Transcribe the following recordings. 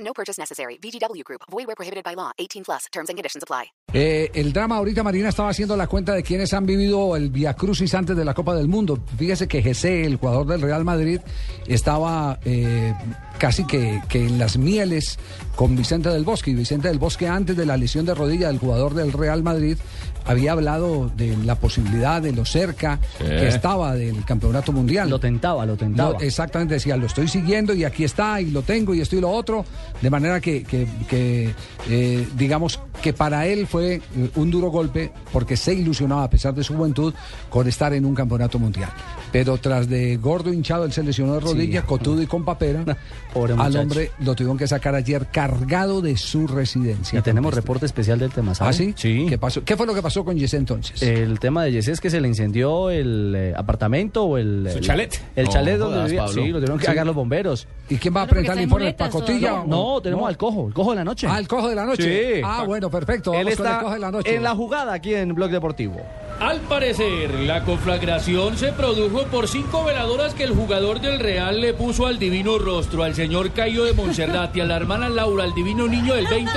No purchase necessary. VGW Group. Void where prohibited by law. 18 plus. Terms and conditions apply. Eh, el drama ahorita Marina estaba haciendo la cuenta de quienes han vivido el Via Crucis antes de la Copa del Mundo. Fíjese que Jesse, el jugador del Real Madrid, estaba eh, casi que, que en las mieles con Vicente del Bosque. Y Vicente del Bosque, antes de la lesión de rodilla del jugador del Real Madrid, había hablado de la posibilidad de lo cerca que estaba del campeonato mundial. Lo tentaba, lo tentaba. No, exactamente, decía, lo estoy siguiendo y aquí está, y lo tengo, y esto y lo otro. De manera que, que- que, eh, digamos que para él fue eh, un duro golpe porque se ilusionaba, a pesar de su juventud, con estar en un campeonato mundial. Pero tras de gordo hinchado, él se lesionó de rodilla, cotudo y con papera. Pobre al muchacho. hombre lo tuvieron que sacar ayer cargado de su residencia. y tenemos reporte especial del tema, ¿sabe? ¿Ah, sí? Sí. Eh, ¿Qué, pasó? ¿Qué fue lo que pasó con Jesse entonces? El tema de Jesse es que se le incendió el eh, apartamento o el... Su el- chalet. El chalet No donde jodas, vivía. Pablo. Sí, lo tuvieron que sacar los bomberos. ¿Y quién va a Bueno, porque está presentar el en informe? muletas ¿Pacotilla? todavía. o- No, tenemos Ah, no. al cojo, el cojo de la noche. Ah, el cojo de la noche. Sí. Ah, bueno, perfecto. Él Vamos con está el cojo de la noche. en la jugada aquí en Blog Deportivo. Al parecer, la conflagración se produjo por cinco veladoras que el jugador del Real le puso al divino rostro, al señor Cayo de Monserrate, a la hermana Laura, al divino niño del 20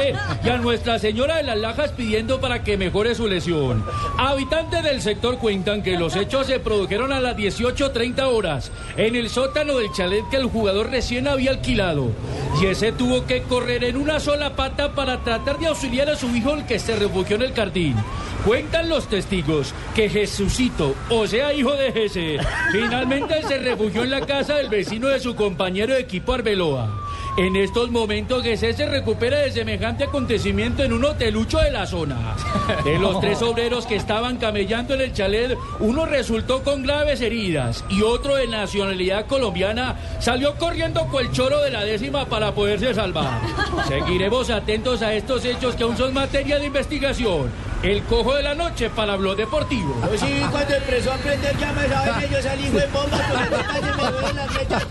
y a Nuestra Señora de las Lajas pidiendo para que mejore su lesión. Habitantes del sector cuentan que los hechos se produjeron a las 18.30 horas en el sótano del chalet que el jugador recién había alquilado. Y ese tuvo que correr en una sola pata para tratar de auxiliar a su hijo el que se refugió en el jardín. Cuentan los testigos que Jesucito, o sea hijo de Jesse, finalmente se refugió en la casa del vecino de su compañero de equipo Arbeloa. En estos momentos Jesús se recupera de semejante acontecimiento en un hotelucho de la zona. De los tres obreros que estaban camellando en el chalet, uno resultó con graves heridas y otro de nacionalidad colombiana salió corriendo con el choro de la décima para poderse salvar. Seguiremos atentos a estos hechos que aún son materia de investigación. El cojo de la noche para Blog Deportivo. Yo sí, cuando empezó a aprender ya me saben, yo salí, fue bomba, porque me voy en la flecha.